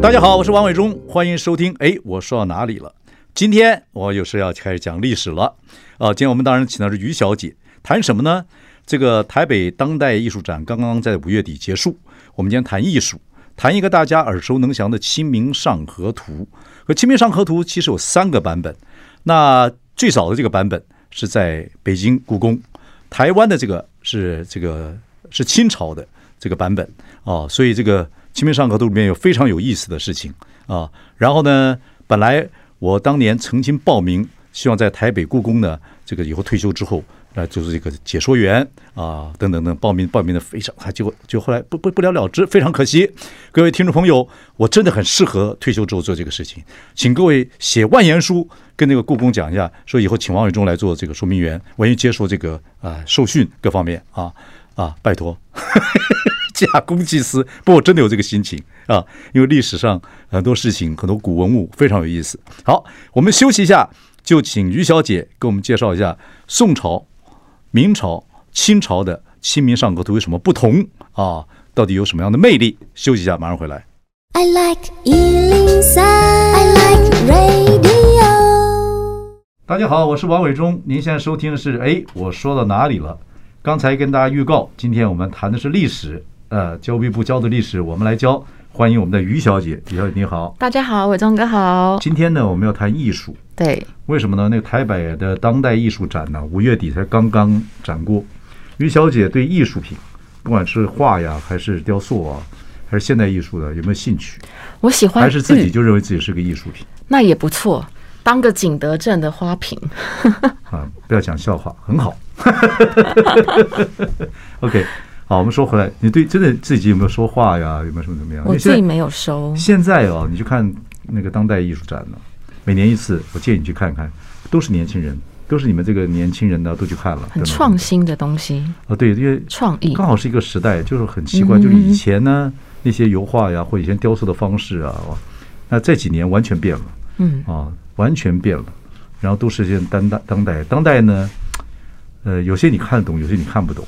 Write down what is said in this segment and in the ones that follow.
大家好，我是王伟忠，欢迎收听。哎，我说到哪里了？今天我又是要开始讲历史了。啊，今天我们当然请到是于小姐，谈什么呢？这个台北当代艺术展刚刚在五月底结束，我们今天谈艺术，谈一个大家耳熟能详的《清明上河图》。和《清明上河图》其实有三个版本，那最早的这个版本是在北京故宫，台湾的这个是这个是清朝的这个版本啊，所以这个。《清明上河图》里面有非常有意思的事情啊。然后呢，本来我当年曾经报名，希望在台北故宫呢，这个以后退休之后，那就是这个解说员啊，等等等，报名报名的非常，还结果就后来不不不了了之，非常可惜。各位听众朋友，我真的很适合退休之后做这个事情，请各位写万言书跟那个故宫讲一下，说以后请王伟忠来做这个说明员，我愿意接受这个啊、呃、受训各方面啊啊，拜托。假公济私，不，我真的有这个心情啊！因为历史上很多事情，很多古文物非常有意思。好，我们休息一下，就请于小姐给我们介绍一下宋朝、明朝、清朝的《清明上河图》有什么不同啊？到底有什么样的魅力？休息一下，马上回来。 I like Ealing Sound. I like radio. 大家好，我是王伟忠，您现在收听的是哎，我说到哪里了？刚才跟大家预告，今天我们谈的是历史。呃，教育部教的历史，我们来教。欢迎我们的于小姐，于小姐你好。大家好，伟忠哥好。今天呢，我们要谈艺术，对，为什么呢？那个台北的当代艺术展呢，五月底才刚刚展过。于小姐对艺术品，不管是画呀，还是雕塑啊，还是现代艺术的，有没有兴趣？我喜欢，还是自己就认为自己是个艺术品？那也不错，当个景德镇的 花瓶。啊，不要讲笑话，很 好。OK。好，我们说回来，你对真的自己有没有说话呀？有没有什么怎么样？我自己没有收。现在啊，你去看那个当代艺术展呢、啊，每年一次，我建议你去看看，都是年轻人，都是你们这个年轻人呢、啊、都去看了，很创新的东西啊。对，因为创意刚好是一个时代，就是很奇怪，就是以前呢那些油画呀，或以前雕塑的方式啊，那这几年完全变了，嗯啊，完全变了，然后都是些当代当代当代呢，呃，有些你看得懂，有些你看不懂。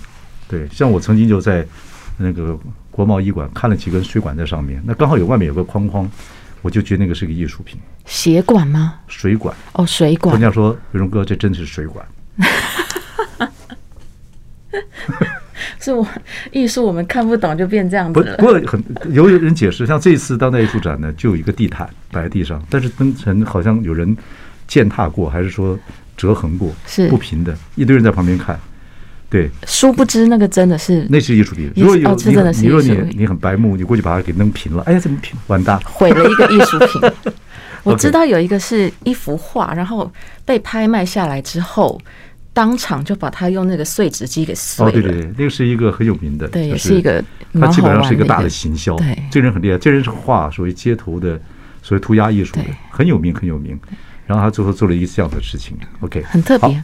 对，像我曾经就在那个国贸医馆看了几根水管在上面，那刚好有外面有个框框，我就觉得那个是个艺术品。血管吗？水管。哦，水管。人家说云荣哥，这真的是水管。是我艺术我们看不懂就变这样不子了。不过很有人解释，像这一次当代艺术展呢，就有一个地毯摆在地上，但是登城好像有人践踏过，还是说折痕过，是不平的，一堆人在旁边看。对，殊不知那个真的是那是艺术品。也如果有、哦这真的是你，你若艺术你品你很白目，你过去把它给弄平了，哎呀，怎么平？完蛋！毁了一个艺术 品。我知道有一个是一幅画，然后被拍卖下来之后，当场就把它用那个碎纸机给碎哦，了。对对对，那个是一个很有名的，对就也是一个它蛮基本上好玩是一个的一大的个行销。对这人很厉害，这人是画属于街头的，所谓涂鸦艺术的对，很有名很有名。然后他最后做了一个这样的事情，OK，很特别好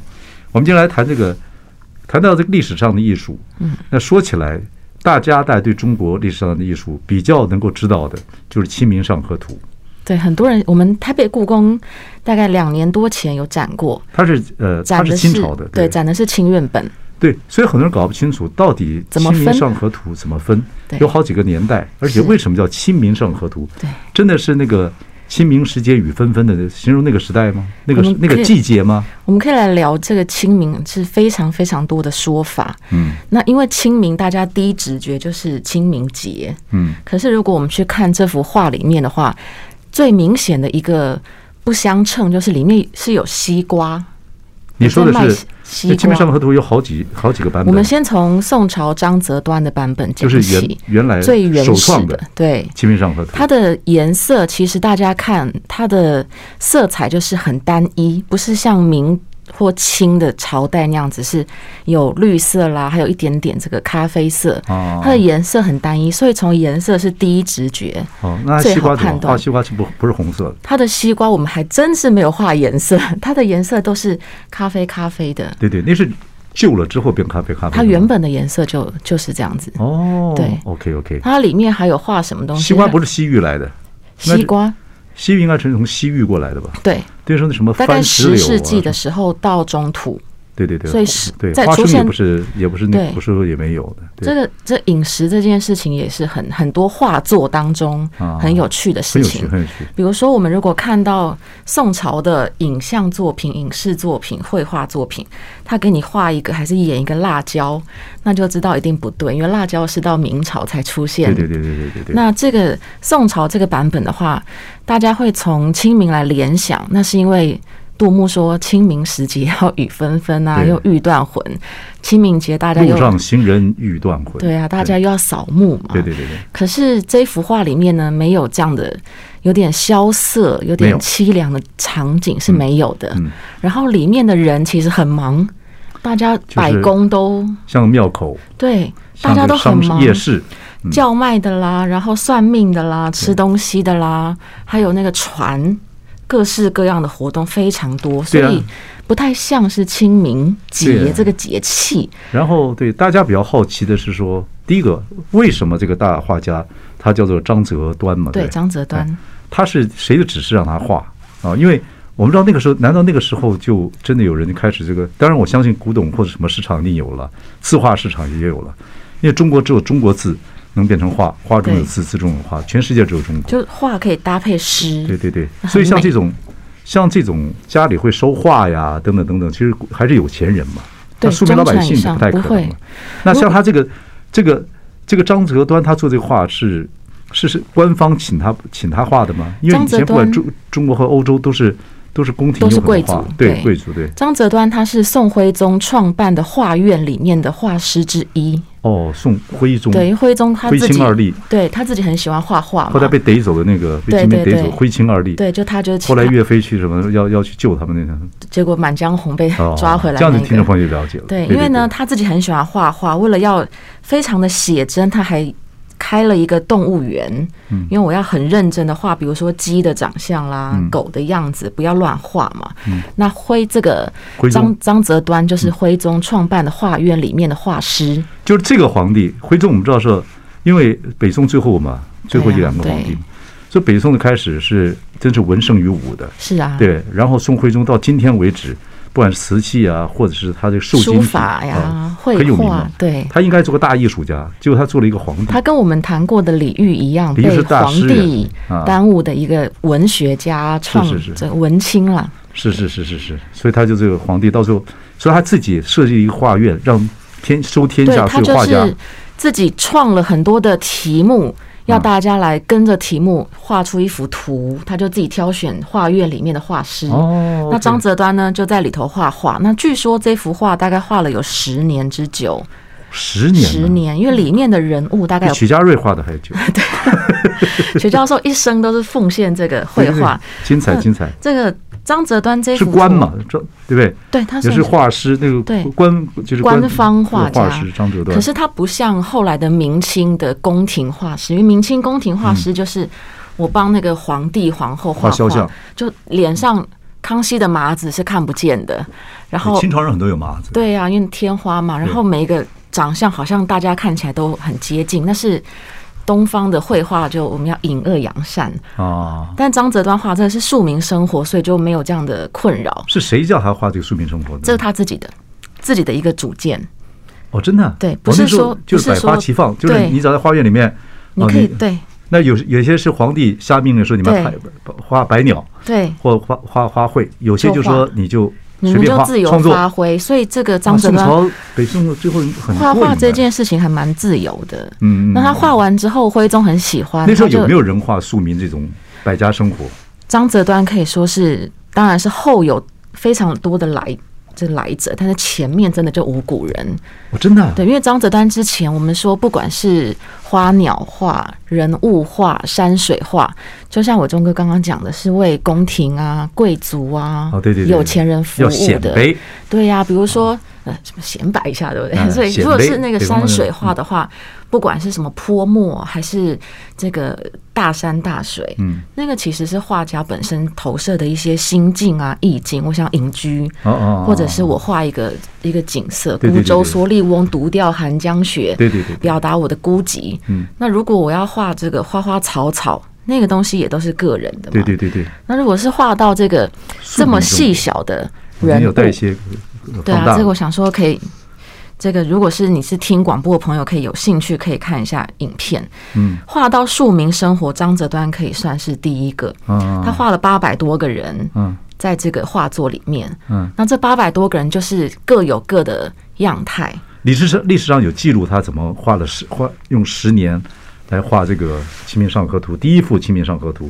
我们今天来谈这个，谈到这个历史上的艺术，嗯，那说起来，大家大家对中国历史上的艺术比较能够知道的，就是《清明上河图》。对，很多人，我们台北故宫大概两年多前有展过，它是呃，它展的是清朝的，对，展的是清院本，对，所以很多人搞不清楚到底《怎么清明分上河图》怎么分，对有好几个年代，而且是为什么叫《清明上河图》？对，真的是那个清明时节雨纷纷的形容那个时代吗？那个我们那个可以季节吗？我们可以来聊这个清明是非常非常多的说法。嗯那因为清明，大家第一直觉就是清明节。嗯，可是如果我们去看这幅画里面的话，最明显的一个不相称就是里面是有西瓜。你说的有在卖是西那《清明瓜上河图》有好几好几个版我们本，先从宋朝张择端的版本就讲是原起，原来最原首始创的的《对。清明上河图》它的颜色其实大家看它的色彩就是很单一，不是像明或青的朝代那样子，是有绿色啦，还有一点点这个咖啡色，哦它的颜色很单一，所以从颜色是第一直觉。哦，那最西瓜好怎么判？断哦，西瓜是不不是红色的？它的西瓜我们还真是没有画颜色， 它的颜色都是咖啡咖啡的，对对，那是旧了之后变咖啡咖啡的吗。它原本的颜色就就是这样子。哦，对，OK OK，它里面还有画什么东西？西瓜不是西域来的，那西瓜，西域应该是从西域过来的吧？对，对，说那什么大概番石榴十啊世纪的时候到中土，对对对，所以是对在花出生也现不是也不是那对不是也没有的，对这个这饮食这件事情也是很很多画作当中啊很有趣的很事有情趣，。很有趣。比如说，我们如果看到宋朝的影像作品、影视作品、绘画作品，他给你画一个还是演一个辣椒，那就知道一定不对，因为辣椒是到明朝才出现对的。对对对对对对。那这个宋朝这个版本的话，大家会从清明来联想，那是因为杜牧说清明时节要雨纷纷啊，对又欲断魂。清明节大家路又上行人欲断魂。对啊，大家又啊要扫墓嘛。对对对对，可是这幅画里面呢，没有这样的有点萧瑟、有没点有凄凉的场景是没有的。嗯然后里面的人其实很忙，大家百工都、像庙口，对，大像家这都个很商忙，夜市，叫卖的啦，然后算命的啦，吃东西的啦，还有那个船。各式各样的活动非常多，所对啊以不太像是清明对节啊这个节气。然后对大家比较好奇的是说，第一个为什么这个大画家他叫做张择端嘛？对，不张择端哎他是谁的指示让他画啊？因为我们知道那个时候，难道那个时候就真的有人开始这个？当然，我相信古董或者什么市场一定有了，字画市场也有了，因为中国只有中国字能变成画，画中有对字，字中有画，全世界只有中国。就画可以搭配诗，对对对，嗯很所以像美这种，像这种家里会收画呀，等等等等，其实还是有钱人嘛。那对庶民老百中姓产以是上不太可不能会嘛。那像他这个这个这个张择端，他做这个画是是是官方请他请他画的吗？因为以张择前不管端中中国和欧洲都是都是宫廷都是有很多贵族画对对贵族对张择端他是宋徽宗创办的画院里面的画师之一，哦，宋徽宗对，因为徽宗他徽自己钦二帝，对他自己很喜欢画画后来嘛，被逮走的那个被对金兵对逮走对徽钦二帝，对，就他就是后来请岳飞去什么要要去救他们那个他结果《满江红》被哦， 抓回来这样那子听众个，朋友就了解了。对，因为对呢他自己很喜欢画画，为了要非常的写真，他还。开了一个动物园，因为我要很认真的画，比如说鸡的长相啦、嗯狗的样子，不要乱画嘛。那徽这个徽宗嗯张张择端就是徽宗创办的画院里面的画师，就是这个皇帝徽宗，我们知道说，因为北宋最后嘛，最后一两个皇帝对嘛，所以北宋的开始是真是文胜于武的，是啊，对。然后宋徽宗到今天为止，不管是瓷器啊，或者是他的瘦金书品法呀啊、绘很有名画嘛，。对他应该做个大艺术家，结果他做了一个皇帝他。跟我们谈过的李煜一样，李煜被是大皇诗人帝啊耽误的一个文学家、创是是这文青啦。是是是是是，所以他就这个皇帝到最后，所以他自己设计一个画院，让天收天对下所他有就画家是。自己创了很多的题目，要嗯大家来跟着题目画出一幅图，他就自己挑选画院里面的画师。哦，嗯那张 OK 择端呢，就在里头画画。那据说这幅画大概画了有十年之久，十年，十，年，因为里面的人物大概比有曲家瑞画的还久， 学教授一生都是奉献这个 绘对对对画。精彩精彩。这个张择端这是幅官图嘛，这对不对？对，他也是画师，那对个官就是官方画家画师张择端。可是他不像后来的明清的宫廷画师，因为明清宫廷画师就是我帮那个皇帝皇后画嗯画肖像，就脸上康熙的麻子是看不见的，然后朝人很多有麻子，对啊呀、因为天花嘛，然后每一个长相好像大家看起来都很接近，那是。东方的绘画就我们要引恶扬善，啊，但张择端画这个是庶民生活，所以就没有这样的困扰。是谁叫他画这个庶民生活的？这是他自己的自己的一个主见，哦，真的啊对哦不是那时候说就是不百是花说齐放，就是对你只要在花园里面，你哦可以对那有有些是皇帝下命令说你们对画画百鸟对，或画画花卉，有些就就画说你就你随们便就画自由创作。发挥。所以这个张啊择宋端朝北宋最后很画过画瘾这的件事情还蛮自由的。嗯嗯那他画完之后，徽宗很喜欢。那时候他就有没有人画庶民这种百家生活？张择端可以说是，当然是后有非常多的来。这来者，但是前面真的就无古人。我真的啊对，因为张择端之前，我们说不管是花鸟画、人物画、山水画，就像我忠哥刚刚讲的，是为宫廷啊、贵族啊、哦对对对有钱人服要务显的。摆，对呀、比如说呃，什么显摆一下，对不对？嗯所以显如果摆是那个对我山们水画的话，不管是什么泼墨，还是这个大山大水，嗯，那个其实是画家本身投射的一些心境啊、意境。我想隐居，哦哦，哦或者是我画一个一个景色，对对孤对舟对蓑笠翁，独钓寒江雪，对对对对表达我的孤寂。嗯，那如果我要画这个花花草草，那个东西也都是个人的嘛。对对对对，那如果是画到这个这么细小的人没有物，带一些呃对放啊，大这个我想说可以。这个如果是你是听广播的朋友，可以有兴趣可以看一下影片。嗯，画到庶民生活，张择端可以算是第一个，啊，他画了八百多个人，嗯在这个画作里面。嗯，那这八百多个人就是各有各的样态，历史上历史上有记录，他怎么画了十画用十年来画这个《清明上河图》第一幅《清明上河图》，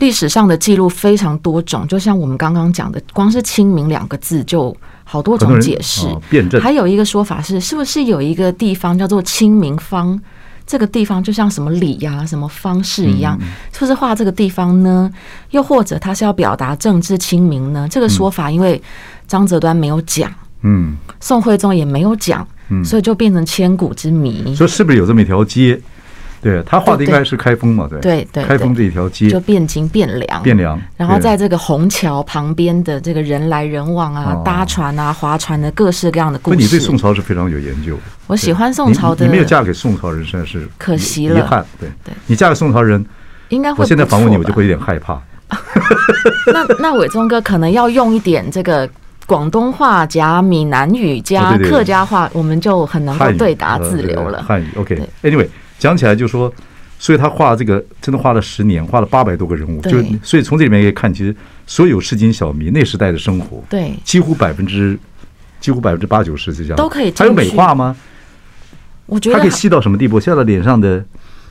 历史上的记录非常多种，就像我们刚刚讲的，光是“清明”两个字就好多很多种人解释。哦辩证还有一个说法是，是不是有一个地方叫做清明坊？这个地方就像什么里呀、啊什么方式一嗯样，是不是画这个地方呢？又或者他是要表达政治清明呢？这个说法因为张择端没有讲，嗯，宋徽宗也没有讲，所以就变成千古之谜。说是不是有这么一条街？对他画的应该是开封嘛，对对对对开封这一条就街汴京、汴梁、汴梁，然后对在这个虹桥旁边的这个人来人往啊哦，搭船啊、划船的各式各样的故不，你对事宋。朝是非常有研究的。我喜欢宋朝你的你，你没有嫁给宋朝人，实在是可惜遗了遗憾。对对，你嫁给宋朝人，应该会我现在啊不错访问你，我吧哦就会有点害怕。那那伟忠哥可能要用一点这个广东话加闽南语哦加对对对客家话，我们就很能够汉语对答呃自流对了。汉语 OK，Anyway，讲起来就说，所以他画这个真的画了十年，画了八百多个人物，对就所以从这里面可以看，其实所有市井小民那时代的生活，对，几乎百分之几乎百分之八九十是这样。都可以进去还有美化吗？我觉它可得以细到什么地步？细到脸上的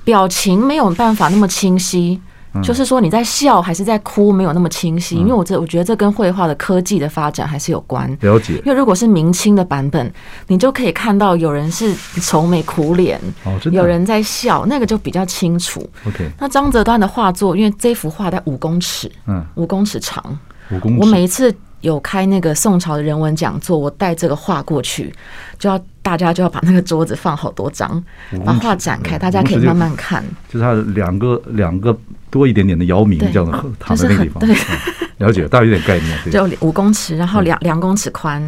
表情没有办法那么清晰，嗯就是说你在笑还是在哭没有那么清晰，因为我这我觉得这跟绘画的科技的发展还是有关。了解因为如果是明清的版本，你就可以看到有人是愁眉苦脸，哦真的啊有人在笑，那个就比较清楚。 ，OK，那张择端的画作，因为这幅画在五公尺，嗯，五公尺长，武功我每一次有开那个宋朝的人文讲座，我带这个画过去，就要大家就要把那个桌子放好多张，把画展开，大家可以慢慢看。就是他两个两个多一点点的姚明对这样的躺在那就是个很地方，对嗯了解，大概有点概念，对，就五公尺，然后两两公尺宽，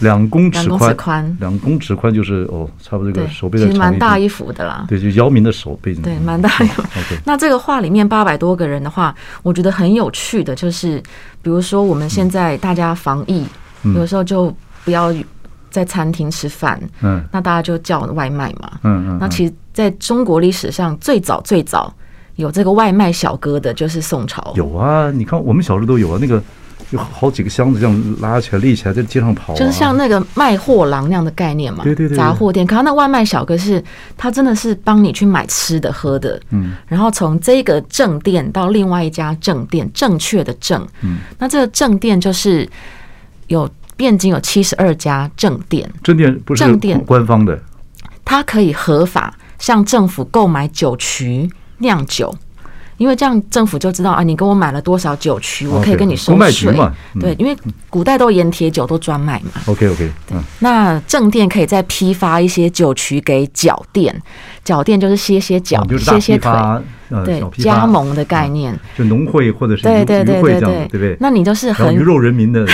两公尺两公尺宽，宽两公尺宽就是哦，差不多这对，个手背其的实蛮大一一幅的啦。对，就姚明的手背，嗯对，蛮大一幅。 OK，那这个画里面八百多个人的话，我觉得很有趣的，就是比如说我们现在大家防疫，有时候就不要在餐厅吃饭，嗯那大家就叫外卖嘛。嗯嗯，那嗯其实在中国历史上最早最早有这个外卖小哥的，就是宋朝。有啊，你看我们小时候都有啊，那个有好几个箱子这样拉起来、立起来在街上跑啊，就是像那个卖货郎那样的概念嘛，对对对杂货店。可他那外卖小哥是，他真的是帮你去买吃的喝的，嗯，然后从这个正店到另外一家正店，正确的正，嗯，那这个正店就是有汴京有七十二家正店，正店不是正店官方的它可以合法向政府购买酒曲酿酒。因为这样政府就知道啊，你给我买了多少酒曲，我可以跟你收公卖局税。嘛嗯对，因为古代都盐铁酒都专卖嘛， ，OK OK，嗯，那正店可以再批发一些酒曲给脚店，脚店就是歇歇脚哦、就是大歇歇批腿，发，呃，对小，批发加，盟的概念。就农会或者是对渔对对渔会对这样的，对不对？那你就是然后鱼很肉人民 的，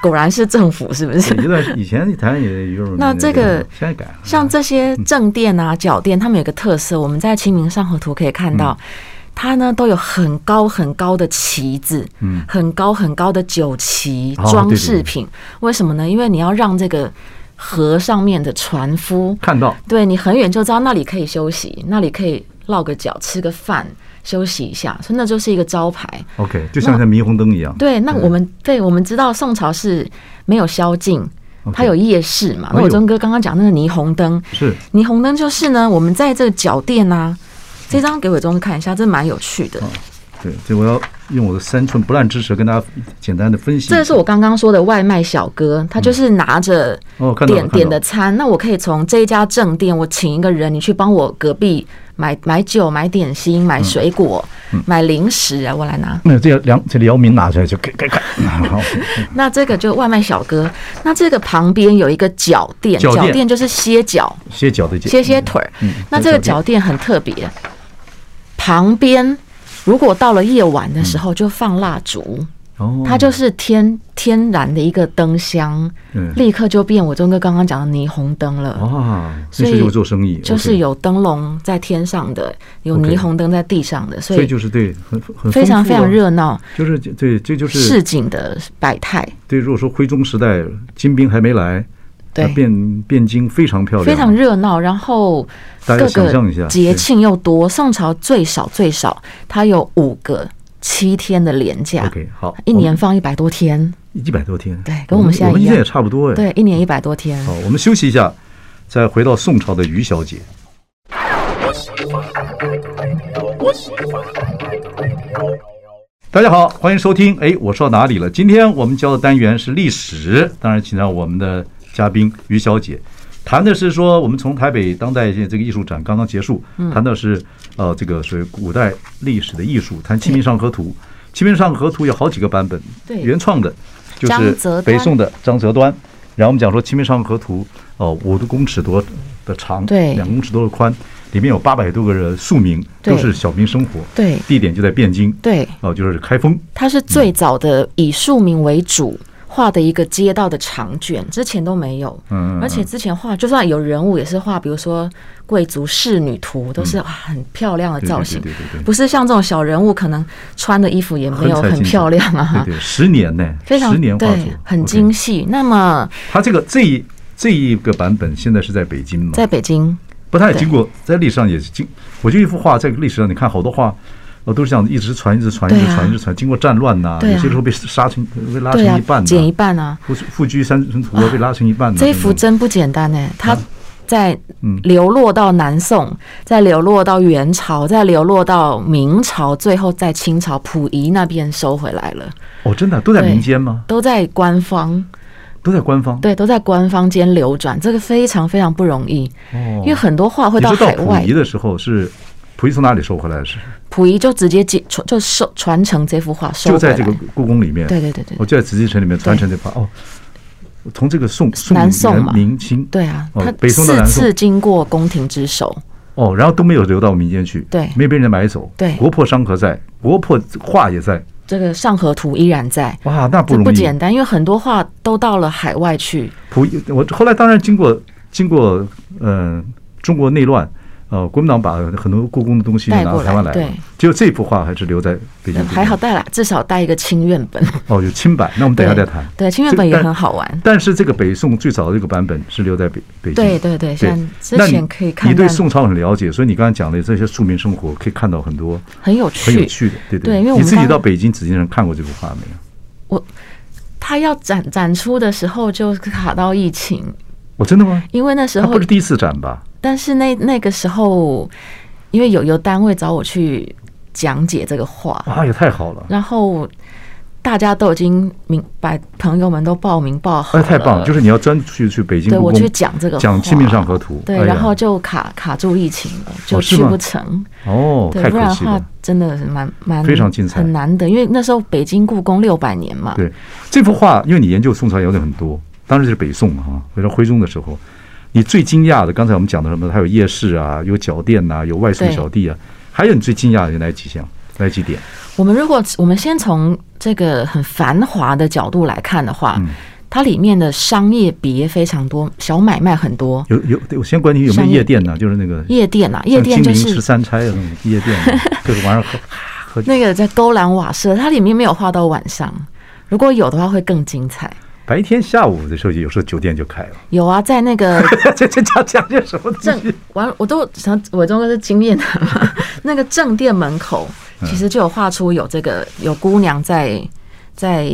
果然是政府是不是？对一段时以前台湾也有鱼肉人民的，那这个现在改了， 像这些正店啊、脚店，他们有个特色，我们在《清明上河图》可以看到，嗯它呢都有很高很高的旗子，嗯很高很高的酒旗哦装对对饰品。为什么呢？因为你要让这个河上面的船夫看到对你很远就知道那里可以休息，那里可以落个脚、吃个饭、休息一下，所以那就是一个招牌。 OK，就像像霓虹灯一样，对，那对我们对我们知道宋朝是没有宵禁，它有夜市嘛。哎那呦我忠哥刚刚讲那个霓虹灯，是霓嗯虹哦灯就是呢，我们在这个脚店啊，这张给伟忠哥看一下，这蛮有趣的。对，这我要用我的三寸不烂之舌跟大家简单的分析一下。这是我刚刚说的外卖小哥，他就是拿着嗯哦看到了看点到点的了餐，那我可以从这一家正店，我请一个人，你去帮我隔壁买买酒、买点心、买水果、嗯买零食啊，我来拿。那这梁这姚明拿出来就给给 给，好，那这个就外卖小哥，那这个旁边有一个脚店，脚脚店嗯店就是歇脚、歇脚的 歇脚，歇腿儿。那对这个脚脚店很特别，旁边如果到了夜晚的时嗯候就放蜡烛，哦，它就是天天然的一个灯箱，嗯立刻就变我钟哥刚刚讲的霓虹灯了。哇，所那以是有做生意，就是，有灯笼在天上的，有霓虹灯在地上的，所所以以就是对，很很非常非常，热闹，丰富了就是对，这就是市井的百态，对，如果说徽宗时代金兵还没来，对那汴汴京非常漂亮，非常热闹。然后大家各想象一下个节庆又多，宋朝最少最少它有五个七天的连假 OK，好，一年放一百多天，一百多天，对跟我们现在我们一样也差不多哎。，对，一年一百多天。好，我们休息一下，再回到宋朝的于小姐。大家好，欢迎收听。哎，我说到哪里了？今天我们教的单元是历史，当然请到我们的嘉宾于小姐，谈的是说我们从台北当代这个艺术展刚刚结束，谈的是呃这个属于古代历史的艺术，谈《清明上河图》。《清明上河图》有好几个版本，对原创的就张是择端北宋的张择端，然后我们讲说《清明上河图》哦，五公尺多的长，对两公尺多的宽，里面有八百多个人庶民，对都是小民生活，对地点就在汴京，对，哦，就是开封，它是最早的以庶民为主画的一个街道的长卷，之前都没有。嗯嗯嗯而且之前画就算有人物也是画，比如说贵族仕女图，都是啊很漂亮的对对造对型对对对，不是像这种小人物可能穿的衣服也没有很才很精漂亮啊，对对，十年呢，非常十年画作对，很精。 OK 细。那么他这个这一这一个版本现在是在北京嘛？在北京，不太对经过，在历史上也是经，我就一幅画在历史上，你看好多画。呃，都是这样，一直传，一直传，一对直啊传，一直传。经过战乱呐、对啊有些时候被杀成，被拉成对啊一半、呐。剪一半啊，富富居山村图啊被拉成一半的这一等幅等真不简单哎、它在嗯流落到南宋，再流落到元朝，再流落到明朝，最后在清朝溥仪那边收回来了，哦，真的都在对民间吗？都在官方都在官方？对，都在官方间流转，这个非常非常不容易，哦因为很多画会你到知道海溥外仪，的时候是溥仪从哪里收回来的？是溥仪就直接接传就收传承这幅画收就回在来，这个故宫里面。对对对对我就在紫禁城里面传承这把哦，从这个宋宋南宋元嘛明清对啊，哦他北宋到四南宋次经过宫廷之手，哦，然后都没有流到民间去，对没有被人买走，对国破山河在，国破画也在，这个上河图依然在。哇，那不这容易，不简单，因为很多画都到了海外去，溥仪，我后来当然经过经过呃中国内乱，呃，国民党把很多故宫的东西拿带过到来台湾来，对，嗯只有这幅画还是留在北京故宫。还好带来，至少带一个清院 本。哦，有清版，那我们等一下再对谈。对，清院这本也但很好玩。但是这个北宋最早的这个版本是留在北北京。对对对，像之那前你可以看你对到宋朝很了解，所以你刚才讲的这些庶民生活，可以看到很多很有很有趣。趣的，对对。对因为我你们自己刚到北京紫禁城看过这幅画没有？他要展展出的时候就卡到疫情，哦，真的吗？因为那时它候不是，第一次展吧？但是那那个时候，因为有有单位找我去讲解这个画，哇，也太好了！然后大家都已经明白，朋友们都报名报好哎，了，太棒了！就是你要专去去北京对故我宫去讲这个讲《清明画上河图》哎对，呀，然后就卡卡住疫情了，就是去吗不成。哦，对，太不然可的惜话了。真的是蛮蛮非常精彩很难得，因为那时候北京故宫六百年嘛，对这幅画，因为你研究宋朝有点很多，当然就是北宋哈、啊，回到徽宗的时候，你最惊讶的，刚才我们讲的什么？它有夜市啊，有脚店呐、有外送对小弟啊，还有你最惊讶的有哪几项？哪几点？我们如果我们先从这个很繁华的角度来看的嗯话，它里面的商业别非常多，小买卖很多，有有，对我先管你有没有商业夜店呢、就是那个夜店啊，夜像店金就陵十是三钗啊，那种夜店啊、 就是晚上喝喝那个在勾栏瓦舍，它里面没有画到晚上，如果有的话会更精彩。白天下午的时候，有时候酒店就开了。 有啊，在那个这这讲讲些什么东西 正完，我都想我中哥是经验的嘛， 那个正殿门口嗯其实就有画出有这个有姑娘在在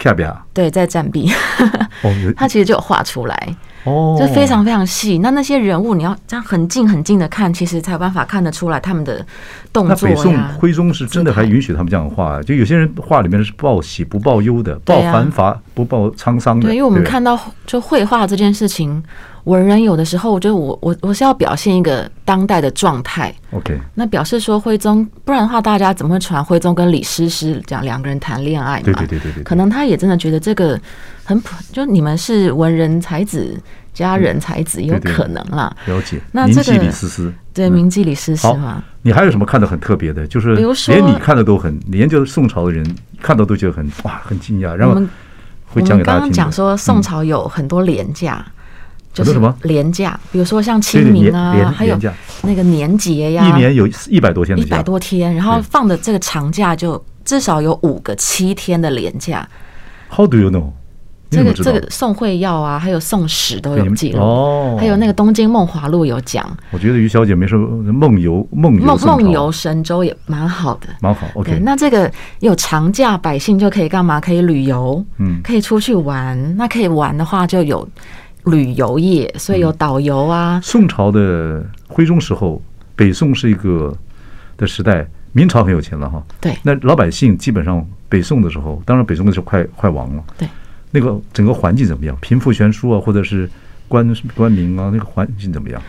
看不呀？对在站壁。 哦，有他其实就有画出来，哦就非常非常细。那那些人物，你要这样很近很近的看，其实才有办法看得出来他们的动那作北宋哦呀。徽宗是真的还允许他们这样画，就有些人画里面是报喜不报忧的，报对啊繁华不报沧桑的。对，因为我们不看到就绘画这件事情，文人有的时候，就我我我是要表现一个当代的状态， OK，那表示说徽宗，不然的话大家怎么会传徽宗跟李师师这样两个人谈恋爱嘛？对对对对对，可能他也真的觉得这个很普，就你们是文人才子佳人才子，有对对可能啦。了解。那您这记个李思思，对，嗯铭记李师师好嘛。你还有什么看的很特别的？就是比如说连你看的都很，你研究宋朝的人看到都觉得很哇，很惊讶，然我后们会我讲们给大刚家听刚的。讲说宋嗯朝有很多廉价，就很多是什么廉价，比如说像对清对明年啊，年还有年假那个年节呀，一年有一百多天的一假百，多天，然后啊对放的这个长假就至少有五个七天的廉价。 How do you know？你怎这么个知道这？个宋会要啊，还有宋史都对你有们记录，哦还有那个《东京梦华录》有讲，我觉得于小姐没什么梦游梦游梦宋朝梦游神州也蛮好的。蛮好。对， OK，那这个有长假，百姓就可以干嘛？可以旅游，嗯可以出去玩。那可以玩的话，就有旅游业，所嗯以有导游啊，宋朝的徽宗时候，北宋是一个的时代，明朝很有钱了哈。对那老百姓基本上北宋的时候，当然北宋的时候快快亡了。对，那个整个环境怎么样？贫富悬殊啊，或者是官官民啊，那个环境怎么样？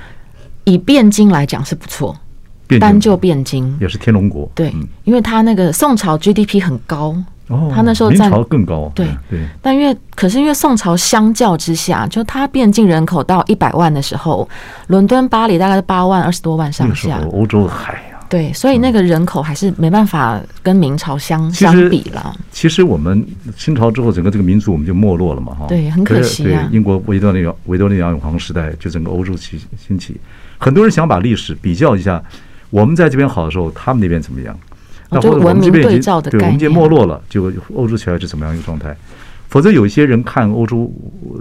以汴京来讲是不错，汴京单就汴京。也是天龙国。对嗯，因为他那个宋朝 GDP 很高，哦，他那时候明占朝更高。啊对对，但因为可是因为宋朝相较之下，就他汴京人口到一百万的时候，伦敦、巴黎大概是八万、二十多万那上个时下候，欧洲海呀。对，所以那个人口还是没办法跟明朝相其实相比了。其实我们清朝之后，整个这个民族我们就没落了嘛，哈。对很可是惜啊对，英国维多利亚维多利亚永恒时代，就整个欧洲起兴起，很多人想把历史比较一下，我们在这边好的时候，他们那边怎么样？哦那或者就我们这边已文明对经照的对，我概们就念没落了，就欧洲起来是怎么样一个状态？否则有一些人看欧洲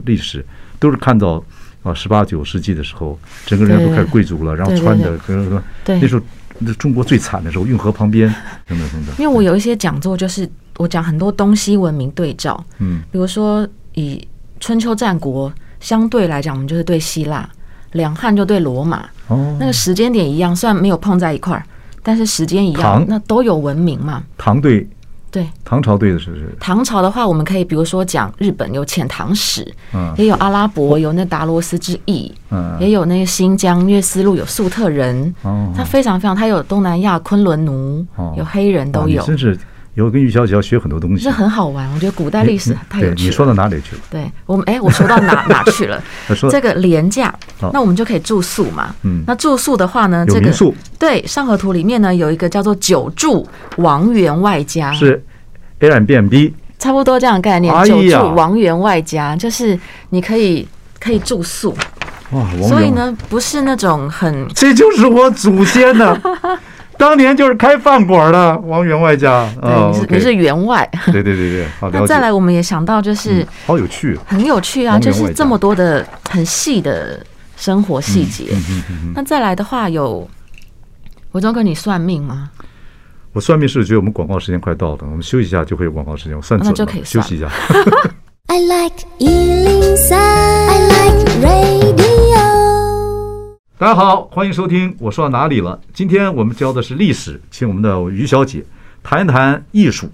历史，都是看到啊十八九世纪的时候，整个人家都对开始贵族了，然后对对穿的跟对那时候那中国最惨的时候，运河旁边等等等等，因为我有一些讲座，就是我讲很多东西文明对照，嗯。比如说以春秋战国相对来讲，我们就是对希腊，两汉就对罗马，哦，那个时间点一样，虽然没有碰在一块儿，但是时间一样唐，那都有文明嘛。唐对对，唐朝对的是是，唐朝的话，我们可以比如说讲日本有遣唐使，嗯也有阿拉伯有那达罗斯之役，嗯也有那个新疆因为丝路有粟特人，哦它非常非常，它有东南亚昆仑奴，哦有黑人哇都你有，真是以后跟玉小姐要学很多东西这。很好玩。我觉得古代你历史你太有对，趣你了。说到哪里去了？对我们，哎、我说到 哪哪去了我？说这个廉价好，那我们就可以住宿嘛。嗯那住宿的话呢，有这民个宿对上河图里面呢有一个叫做久住王园外家，是 Airbnb 差不多这样的概念哎。呀久住王园外家就是你可以可以住宿，哇，王所以源，呢不是那种很这就是我祖先呐， 当年就是开饭馆的王员外家对，哦你是 OK 呃你是员外。对对对对，好了那解。嗯再来，我们也想到就是好有趣，很有趣啊，王园就外是这家么多的很细的生活细节。嗯那再来的话有。我忠哥，你算命吗？我算命是觉得我们广告时间快到了，我们休息一下就会有广告时间，我算哦那准就了可以休算息一下。 I like Ealing Sound. I like radio. 大家好，欢迎收听，我说到哪里了？今天我们教的是历史，请我们的于小姐谈一谈艺术。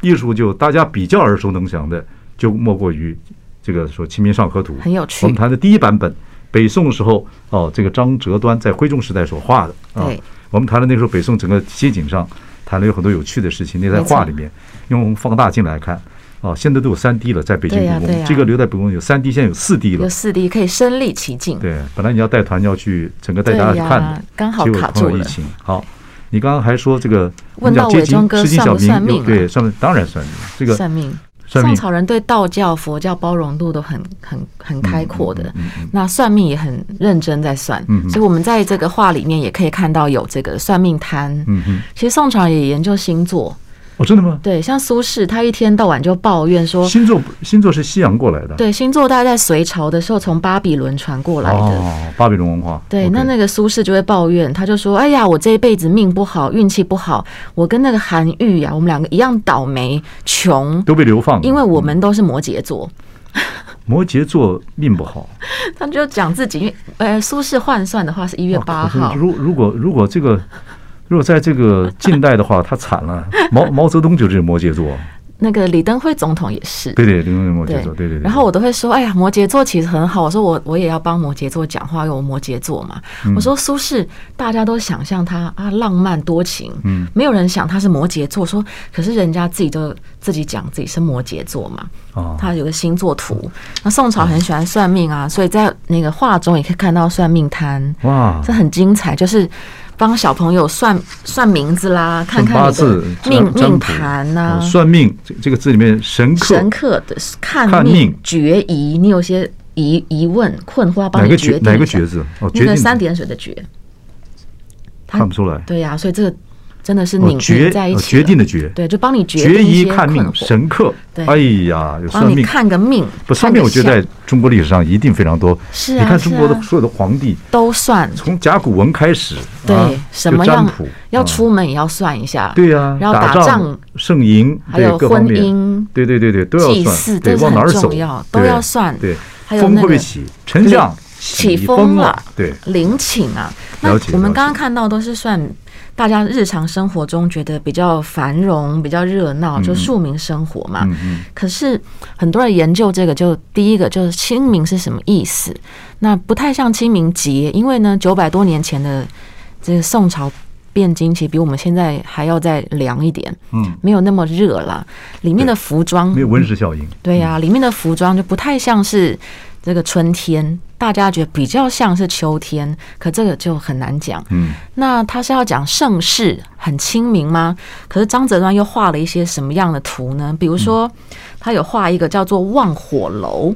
艺术就大家比较耳熟能详的，就莫过于这个说《清明上河图》，很有趣我们谈的第一版本，北宋时候哦，这个张择端在徽宗时代所画的啊对。我们谈了那时候北宋整个街景上，谈了有很多有趣的事情，那在没错画里面，因为我们放大镜来看。哦，现在都有三 D 了，在北京对呀故宫，对呀这个留在北宫有三 D，现在有四 D 了有。四 D 可以身临其境。对，本来你要带团要去整个带大家去看对的呀，刚好结果卡碰到住疫了情。好，你刚刚还说这个，我问们到讲接伟忠近哥诗经算小不算民，命啊对，算命当然算命。这个算命，算命宋朝人对道教、佛教包容度都很很很开阔嗯的，那算命也很认真在算，嗯嗯所以我们在这个画里面也可以看到有这个算命摊。嗯哼，其实宋朝人也研究星座，哦，真的吗？对，像苏轼，他一天到晚就抱怨说，星座星座是西洋过来的，对，星座大概在隋朝的时候从巴比伦传过来的。哦，巴比伦文化。对， OK 那那个苏轼就会抱怨，他就说：“哎呀，我这一辈子命不好，运气不好，我跟那个啊韩愈呀、我们两个一样倒霉，穷，都被流放了，因为我们都是摩羯座。摩羯座命不好。他就讲自己，因为呃，苏轼换算的话是一月八哇号哦靠，如如果如果这个如果在这 个近代的话，他惨了。毛毛泽东就是摩羯座，那个李登辉总统也是。对对，林东是摩羯座，对对对。然后我都会说，哎呀，摩羯座其实很好。我说我我也要帮摩羯座讲话，因为我摩羯座嘛。嗯我说苏轼，大家都想象他啊浪漫多情，嗯没有人想他是摩羯座。说可是人家自己都自己讲自己是摩羯座嘛，啊，他有个星座图。那宋嗯朝很喜欢算命啊，所以在那个画中也可以看到算命摊，哇，这很精彩，就是。帮小朋友算算名字啦，看看八你的字命占卜命盘呐、哦算命这这个字里面神克神客的看看命决疑，你有些疑疑问困惑，哪帮你个决决定哪个一下决字？哦，决那定个三点水的决，他看不出来。对呀、所以这个真的是哦拧决拧在一哦起了，决定的决对，就帮你决决定一疑些看命困惑神克，对哎呀，有算帮你命看个命，不算看命，个我觉得相在中国历史上一定非常多。是你啊看中国是的啊所有的皇帝，都算从甲骨文开始，对、啊什就么占样卜要啊出门也要算一下，对呀，然后打打仗、胜赢，还对有各方婚面姻对对对对，都要祭祀算，对，这是往哪很儿重走要都对要算对，还有风那会不会个起？丞相起风风了，对，陵寝啊。那了解我们了解刚刚看到都是算大家日常生活中觉得比较繁荣、比较热闹，就庶民生活嘛。嗯嗯，可是很多人研究这个就，第一个就是清明是什么意思？那不太像清明节，因为呢，九百多年前的这个宋朝汴京，其实比我们现在还要再凉一点，嗯，没有那么热了。里面的服装没有温室效应，对呀、里面的服装就不太像是这个春天，大家觉得比较像是秋天，可这个就很难讲。嗯，那他是要讲盛世很清明吗？可是张择端又画了一些什么样的图呢？比如说，嗯他有画一个叫做望火楼，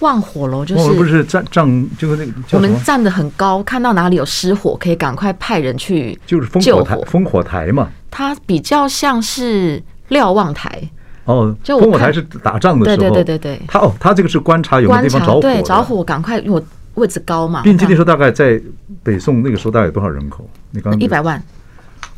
望火楼就我们不是。是战仗就是那个我叫什们么？站得很高，看到哪里有失火，可以赶快派人去就是烽救火台，火。烽火台嘛。它比较像是瞭望台，哦，就我烽火看台是打仗的对时对候，对对对，他哦，他这个是观察有没有观地方察着火，对着。火，赶快，因为我位置高嘛。并且那那时候大概在北宋那个时候大概有多少人口？你刚刚一百万，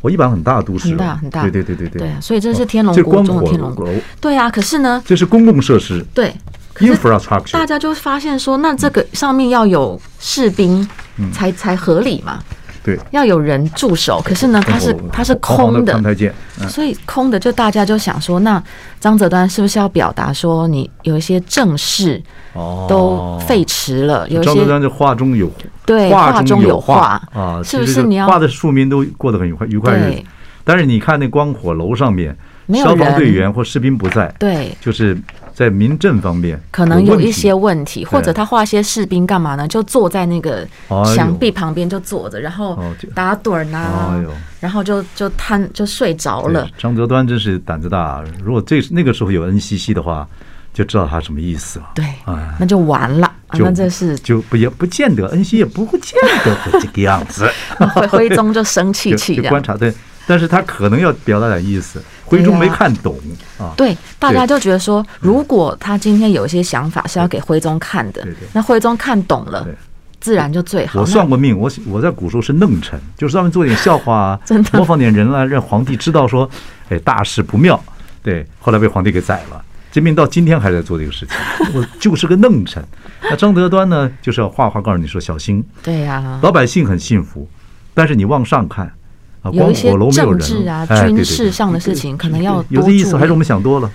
我一百很大的都市，很大很大啊对对对对对哦对啊，所以这是天龙这国光嗯中的天龙火国。楼，对啊，可是呢，这是公共设施对，可是大 infrastructure，家就发现说，那这个上面要有士兵嗯才才合理嘛，对，要有人驻守。可是呢，它是我它是黄黄空的看的台，阶，嗯所以空的就大家就想说，那张择端是不是要表达说，你有一些正事哦都废弛了，有一张些德端这画中有对画中有画啊，是不其是实你要画的庶民都过得很愉快愉快日子对？但是你看那光火楼上面，没有消防队人员或士兵不在，对就是在民政方面可能有问一题些问题，或者他画一些士兵干嘛呢？就坐在那个哎呦墙壁旁边就坐着，然后哦这打盹儿呐哎呦，然后就就瘫就睡着对了。张择端真是胆子大，如果这那个时候有 NCC 的话，就知道他什么意思了。对哎，那就完了。啊就那这 是就不也不见得，NC 也不见得会这个样 子。徽徽宗就生气就气就这观样。察对，但是他可能要表达点意思，徽宗没看懂啊。对，大家就觉得说，嗯如果他今天有一些想法是要给徽宗看的对对，那徽宗看懂了对，自然就最好。我那算过命，我我在古时候是弄臣，就是专门做点笑话啊 真的，模仿点人啊，让皇帝知道说，哎，大事不妙。对，后来被皇帝给宰了。这命到今天还在做这个事情， 我就是个弄臣。那张择端呢，就是要画画告诉你说小心，对呀，老百姓很幸福，但是你往上看啊，有光一些火楼没有政人治啊、哎对对军对事上的事情，可能要有多这注意思还是我意。们想多了。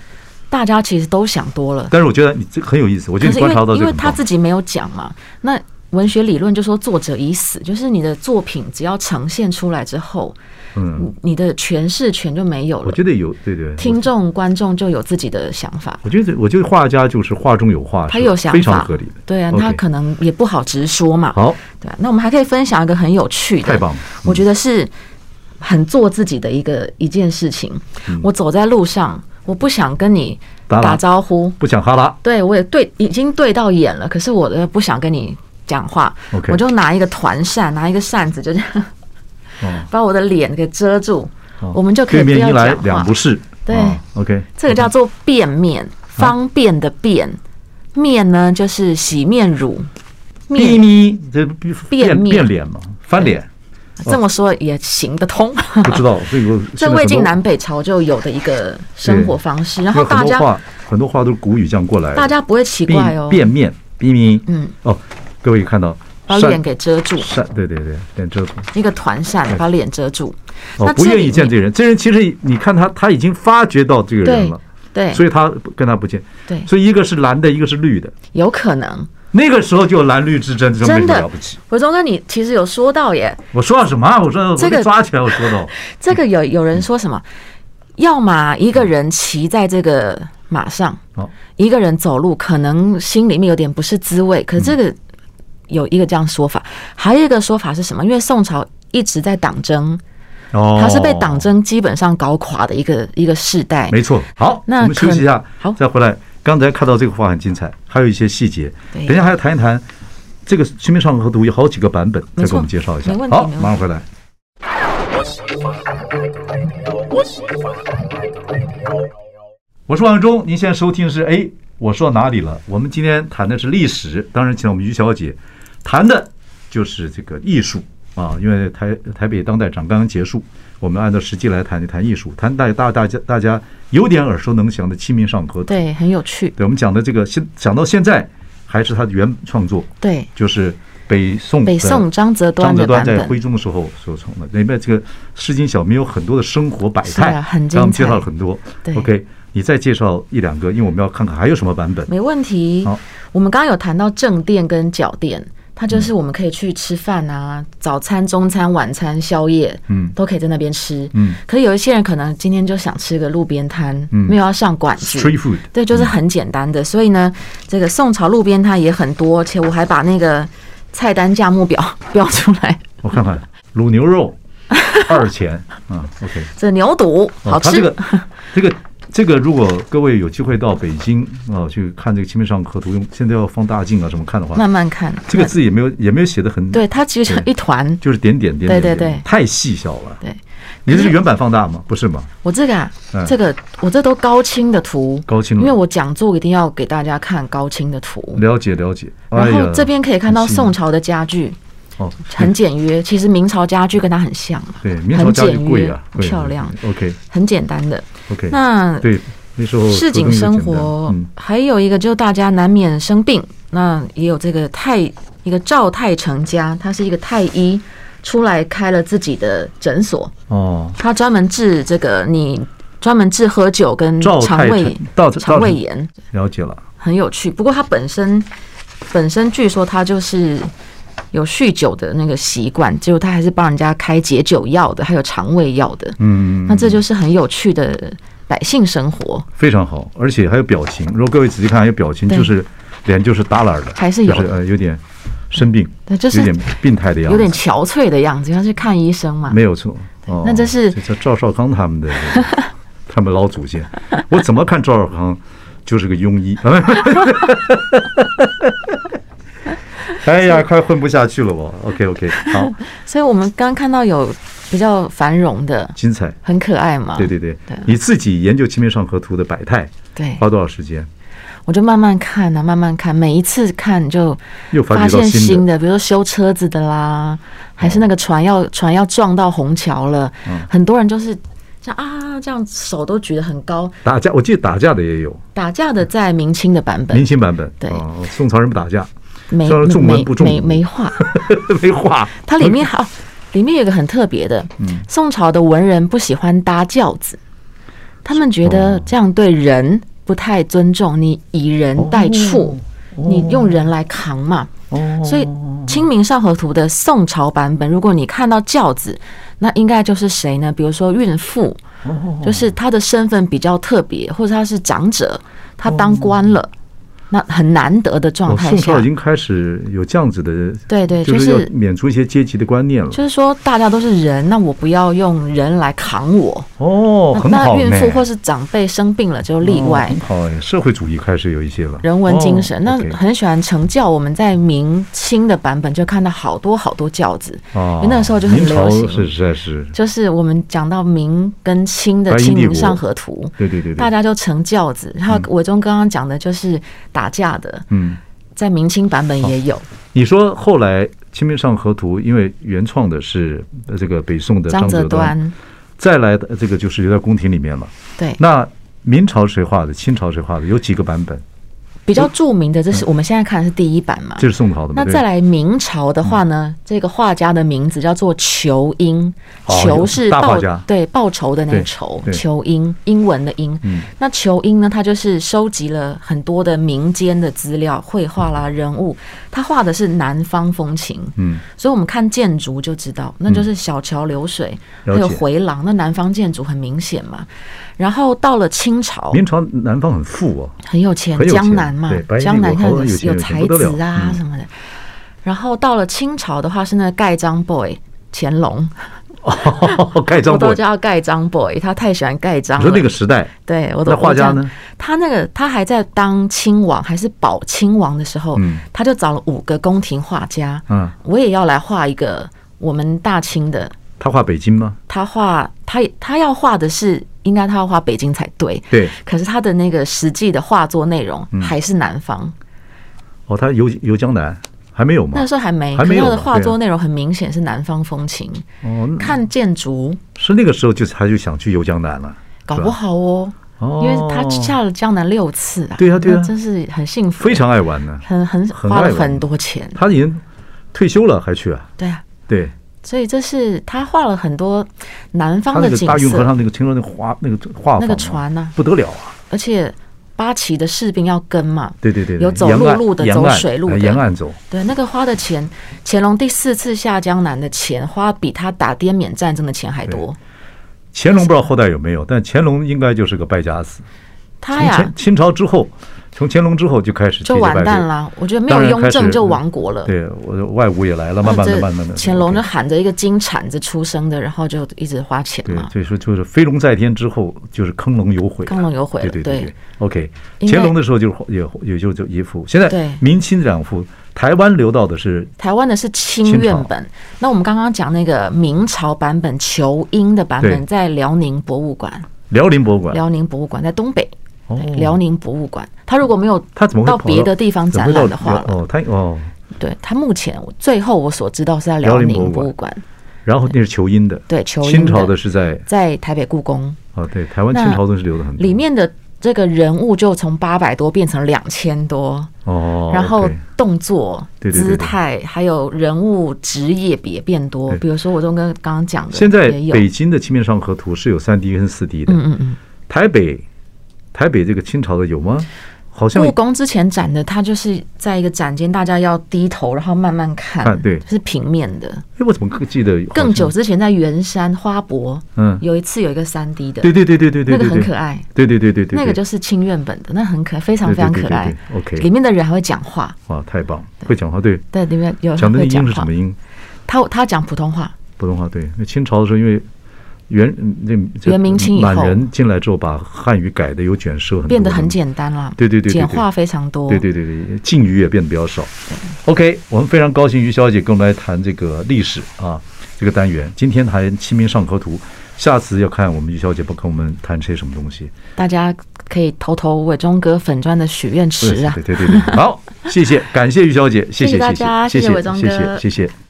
大家其实都想多了。但是我觉得你这很有意思，我觉得可是你因观为察到这因个为很他棒。自己没有讲嘛，那文学理论就说作者已死，就是你的作品只要呈现出来之后，嗯，你的诠释权就没有我了觉。得有对对。听我众、观众就有自己的想法，我觉得我觉得画家就是画中有画，他是有想法，非常合理的。对啊， OK 他可能也不好直说嘛。好，对啊、那我们还可以分享一个很有趣的，太棒了嗯我觉得是很做自己的一个一件事情。我走在路上，我不想跟你嗯打扰打招呼，不想哈拉，对，我也对，已经对到眼了，可是我呃不想跟你讲话 OK 我就拿一个团扇，拿一个扇子，就这样哦 把我的脸给遮住，哦我们就可对以不面要一来讲两话不。是。对啊 OK，这个叫做便面，方便的便，面呢就是洗面乳，咪面咪，这不变面变脸嘛，翻脸，这么说也行得 通。不知道这个啊这现在魏很多晋南北朝就有的一个生活方式，然后有很大多家话很多话都是古语这样过来的。大家不会奇怪变哦。变面，冰冰，嗯，哦，各位看到把脸给遮住，扇，对对对，脸遮住。一个团扇把脸遮住。哦那，不这愿里意见面这个人。这人其实你看他，他已经发觉到这个人对了，对所以他不跟他不见。对，所以一个是蓝的，一个是绿的。有可能。那个时候就有蓝绿之争，这没真什么的了不起。伟忠哥，你其实有说到耶，我说到什么啊？我说我这个被抓起来，我 说到这嗯个有有人说什么，要么一个人骑在这个马上，哦，一个人走路可能心里面有点不是滋味，可是这嗯个有一个这样说法，还有一个说法是什么？因为宋朝一直在党争，哦，它是被党，争基本上搞垮的一个一个世代。哦没错。好，那我们休息一下可，好再回来。刚才看到这个话很精彩，还有一些细节，对等一下还要谈一谈这个《清明上河图》有好几个版本，再没错给我们介绍一下没。问题好，没问题马上回来。我是王永忠，您现在收听的是哎，我说到哪里了？我们今天谈的是历史，当然请我们于小姐谈的就是这个艺术啊，因为台台北当代展刚刚结束，我们按照实际来谈一谈艺术，谈大大大家大家有点耳熟能详的《清明上河图》，对，很有趣。对，我们讲的这个现讲到现在还是他的原创作，对，就是北宋北宋的张择嗯张端啊择的端版在本徽。宗的时候所创的，里面这个《诗经》小民有很多的生活百是态，啊很精彩刚刚介绍了很多。对 OK，你再介绍一两个，因为我们要看看还有什么 版本。没问题好。我们刚刚有谈到正店跟角店，它嗯就是我们可以去吃饭啊，早餐、中餐、晚餐、宵夜，嗯都可以在那边吃。嗯可有一些人可能今天就想吃个路边摊，嗯没有要上馆子。 ，Street food，嗯对，就是很简单的。所以呢，这个宋朝路边摊也很多，且我还把那个菜单价目表 标出来。我看看卤牛 肉二钱，嗯，OK，这牛肚哦好它吃，这个这个这个，如果各位有机会到北京啊、去看这个《清明上河图》，用现在要放大镜啊什么看的话，慢慢看。这个慢字也没有也没有写的很，对它其实像对一团。就是点点点点，对对点对太细小了。对你这是原版放大吗？不是吗？我这个啊嗯，这个我这都高清的图，高清了因为我讲座一定要给大家看高清的图。了解了解。哎然呀后这边可以看到很细宋朝的家具哦，很简约，其实明朝家具跟它很像嘛，对明朝家具贵啊，很贵啊简约漂亮。 OK 很简单的。 OK，那对那时候市井初中生就简单活嗯，还有一个就大家难免生病，那也有这个太一个赵太成家，他是一个太医，出来开了自己的诊所，哦，他专门治这个你专门治喝酒跟赵肠太胃成到到肠胃炎，了解了。很有趣。不过他本身本身据说他就是。有酗酒的那个习惯，结果他还是帮人家开解酒药的，还有肠胃药的。嗯，那这就是很有趣的百姓生活，非常好，而且还有表情。如果各位仔细看，还有表情，对就是脸就是耷拉的，还是有就是呃有点生病，对就是有点病态的样子，有点憔悴的样子，要去看医生嘛。没有错。哦，那这是叫赵少康他们的，他们老祖先。我怎么看赵少康就是个庸医。 哎呀，快混不下去了我。OK OK，好，所以我们刚看到有比较繁荣的，精彩。很可爱嘛。对对对对啊，你自己研究《清明上河图》的百态对花多少时间？我就慢慢看啊，慢慢看，每一次看就又发发掘到新的现哦新的，比如说修车子的啦，还是那个船要船要撞到虹桥了，哦很多人就是这样啊，这样手都举得很高。打架，我记得打架的也有，打架的在明清的版明本，清版本。对哦，宋朝人不打架， 没虽然重文没不重没武没画，没话。它里面好、哦，里面有一个很特别的，宋朝的文人不喜欢搭轿子，他们觉得这样对人不太尊重，你以人代畜，你用人来扛嘛。所以《清明上河图》的宋朝版本，如果你看到轿子，那应该就是谁呢？比如说孕妇，就是她的身份比较特别，或者她是长者，她当官了，那很难得的状哦，态宋下朝已。经开始有这样子的，对对，就就是要免除一些阶级的观念了。就是说大家都是人，那我不要用人来扛我。哦，很那好孕呢。妇或是长辈生病了就例哦外很。好哎，社会主义开始有一些了，人文精神，哦那 OK 很喜欢成教。我们在明清的版本就看到好多好多轿子，哦因为那个时候就很明朝流行是实在是，就是我们讲到明跟清的白《银清帝明国上河图》，对对对对，大家就成轿子。然后伟忠刚刚讲的就是打架的，嗯，在明清版本也有。你说后来《清明上河图》，因为原创的是呃这个北宋的张张择择端，端，再来的这个就是留在宫廷里面了。对，那明朝谁画的、清朝谁画的，有几个版本？比较著名的，这嗯是我们现在看的是第一版嘛。这是宋朝的吗？那再来明朝的话呢，这个画家的名字叫做仇英，嗯哦仇是大画报家对报仇的那对个仇，对仇英英文的英。嗯那仇英呢，他就是收集了很多的民间的资料、绘画啦、人物，他画的是南方风情，嗯，所以我们看建筑就知道，那就是小桥流水，嗯了还解有回廊，那南方建筑很明显嘛。然后到了清朝，明朝南方很富哦，很有钱很，有钱江南嘛对白，日江南有看好多有钱有人才不得了子啊嗯什么的。然后到了清朝的话，是那个盖章 boy 乾隆， 盖章我过都。叫他盖章 boy，他太喜欢盖章你了。说那个时代，对我都那画家？我呢都这样？他那个他还在当亲王还是保亲王的时候，嗯他就找了五个宫廷画家，嗯，我也要来画一个我们大清的。他画北京吗？他画他他要画的是应该他要画北京才对，对，嗯可是他的那个实际的画作内容还是南方。哦，他游游江南还没有吗那？时候还没，还没有可是他的嘛画对啊作内容很明显是南方风情，哦，那看建筑，是那个时候就他就想去游江南了。搞不好哦，啊哦，因为他下了江南六次啊，对啊对啊那真是很幸福，非常爱玩呢，很很很花爱了玩很多钱，他已经退休了还去啊？对啊，对，所以这是他画了很多南他方那的个景大运河色，上那个听说那个画那个画那舫个啊船啊，不得了啊！而且八旗的士兵要跟嘛，对对对，对有走沿陆岸路的沿走岸水路哎的沿岸走，对，那个花的钱，乾隆第四次下江南的钱花比他打滇缅战争的钱还多，乾隆不知道后代有没有，但乾隆应该就是个败家子。他从呀清清朝之后，从乾隆之后就开始节就节败完蛋退。了，我觉得没当有然开雍正始就亡国了。对，我的外侮也来了，慢慢的、嗯这慢慢的。乾隆就呢？喊着一个金铲子出生的，然后就一直花钱对，嘛。所以说就是飞龙在天之后，就是坑龙有悔啊。亢龙有悔对了对对对 OK，应该乾隆的时候就是也也就就一幅，现对在明清两幅，台湾留到的是台湾的是清清朝院本，那我们刚刚讲那个明朝版本求英的版对本，在辽宁博物馆，辽宁博物馆。辽宁博物馆在东北，哦对辽宁博物馆。他如果没有他怎么会到跑别的地方怎么展会到览的话了，哦，他哦，对他目前我最后我所知道是在辽辽宁宁博博物物馆，然后那是求阴的，对求英清朝的是在在台北故宫哦，对，台湾那清朝都是留的很多里面的这个人物就从八百多变成两千多，哦，然后 OK 动作、对对对对姿态，还有人物职业也变多对。比如说，我都跟刚刚讲的，现在也有，北京的《清明上河图》是有三 D 跟四 D 的，嗯嗯嗯，台北台北这个清朝的有吗？好像故宫之前展的，它就是在一个展间，大家要低头，然后慢慢看，看对是平面的。哎，我怎么记得好像更久之前，在圆山花博，嗯有一次有一个三 D 的，对对对对对对，那个很对可，爱。对对对对对，那个对就是清院本的，那很可爱，非常对非常对可对爱。对，OK 里面的人还会讲话，哇，太棒，会讲话，对，对，里面有人讲的那会音讲是什话么。嗯音？他他讲普通话，普通话对，那清朝的时候因为。元嗯这这元明清以后满人进来之后，把汉语改的有卷舌，变得很简单啦。对对对对对简化非常多。对对对对，敬语也变得比较少。OK，我们非常高兴于小姐跟我们来谈这个历史啊这个单元。今天谈《清明上河图》，下次要看我们于小姐不跟我们谈些什么东西。大家可以投投伟忠哥粉砖的许愿池啊对。对对对，好，谢谢，感谢于小姐，谢谢谢谢大谢家谢谢谢谢伟忠谢谢哥谢谢。